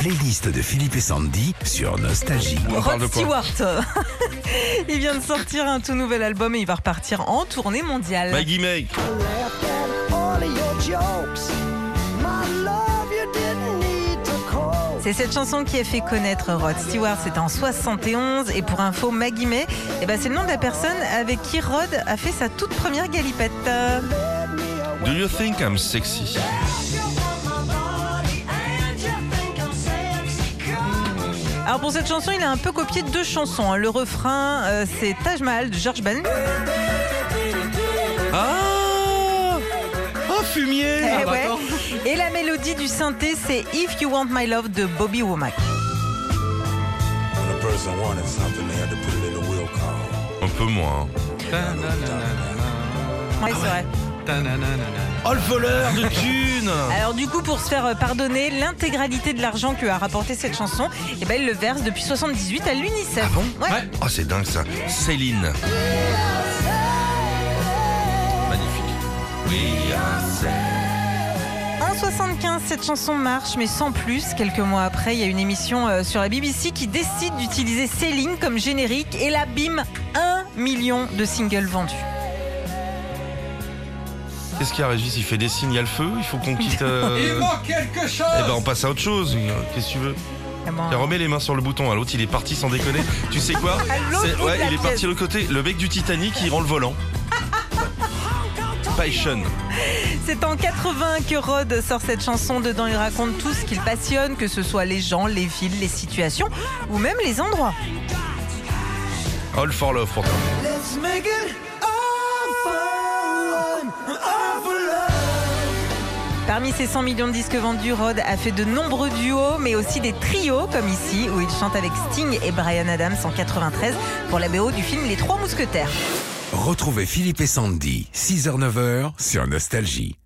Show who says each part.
Speaker 1: playlist de Philippe et Sandy sur Nostalgie.
Speaker 2: On parle de
Speaker 3: Rod
Speaker 2: quoi
Speaker 3: Stewart. il vient de sortir un tout nouvel album et il va repartir en tournée mondiale.
Speaker 2: Maggie May.
Speaker 4: laughed at all of your jokes. My love, you didn't need to call.
Speaker 3: C'est cette chanson qui a fait connaître Rod Stewart. C'était en 71 et pour info, Maggie May, eh ben, c'est le nom de la personne avec qui Rod a fait sa toute première galipette. Euh,
Speaker 2: Do you think I'm sexy
Speaker 3: Alors pour cette chanson, il a un peu copié deux chansons. hein. Le refrain, euh, c'est Taj Mahal de George Ben.
Speaker 2: Ah Oh, fumier
Speaker 3: Eh
Speaker 2: Ah, bah,
Speaker 3: ouais.
Speaker 2: attends.
Speaker 3: Et la mélodie du synthé, c'est If You Want My Love de Bobby Womack.
Speaker 5: When a person wanted something, they had to put it in the will column.
Speaker 2: Un peu moins. hein.
Speaker 3: Ah Ouais, c'est vrai.
Speaker 2: Oh, le voleur de thunes
Speaker 3: Alors du coup, pour se faire euh, pardonner l'intégralité de l'argent que a rapporté cette chanson, eh ben, il le verse depuis 78 à l'UNICEF. Ouais.
Speaker 2: Oh, c'est dingue ça. Céline. Magnifique. We are Céline.
Speaker 3: En 75, cette chanson marche, mais sans plus. Quelques mois après, il y a une émission euh, sur la BBC qui décide d'utiliser Céline comme générique et la bim 1 million de singles vendus.
Speaker 2: Qu'est-ce qu'il y a, Régis Il fait des signes, il y a le feu, il faut qu'on quitte. Il manque quelque chose Eh ben, on passe à autre chose. Qu'est-ce que tu veux
Speaker 3: Vraiment,
Speaker 2: Tiens, remets les mains sur le bouton. Ah, L'autre, il est parti sans déconner. tu sais quoi
Speaker 3: l'autre
Speaker 2: C'est-
Speaker 3: bout de
Speaker 2: Ouais,
Speaker 3: la
Speaker 2: il est
Speaker 3: pièce.
Speaker 2: parti de l'autre côté. Le mec du Titanic, il rend le volant. Passion.
Speaker 3: C'est en 80 que Rod sort cette chanson. Dedans, il raconte tout ce qu'il passionne, que ce soit les gens, les villes, les situations ou même les endroits.
Speaker 2: All for love pour toi.
Speaker 4: Let's make it awful, awful love.
Speaker 3: Parmi ses 100 millions de disques vendus, Rod a fait de nombreux duos, mais aussi des trios, comme ici, où il chante avec Sting et Brian Adams en 93 pour la BO du film Les Trois Mousquetaires.
Speaker 1: Retrouvez Philippe et Sandy, 6h-9h sur Nostalgie.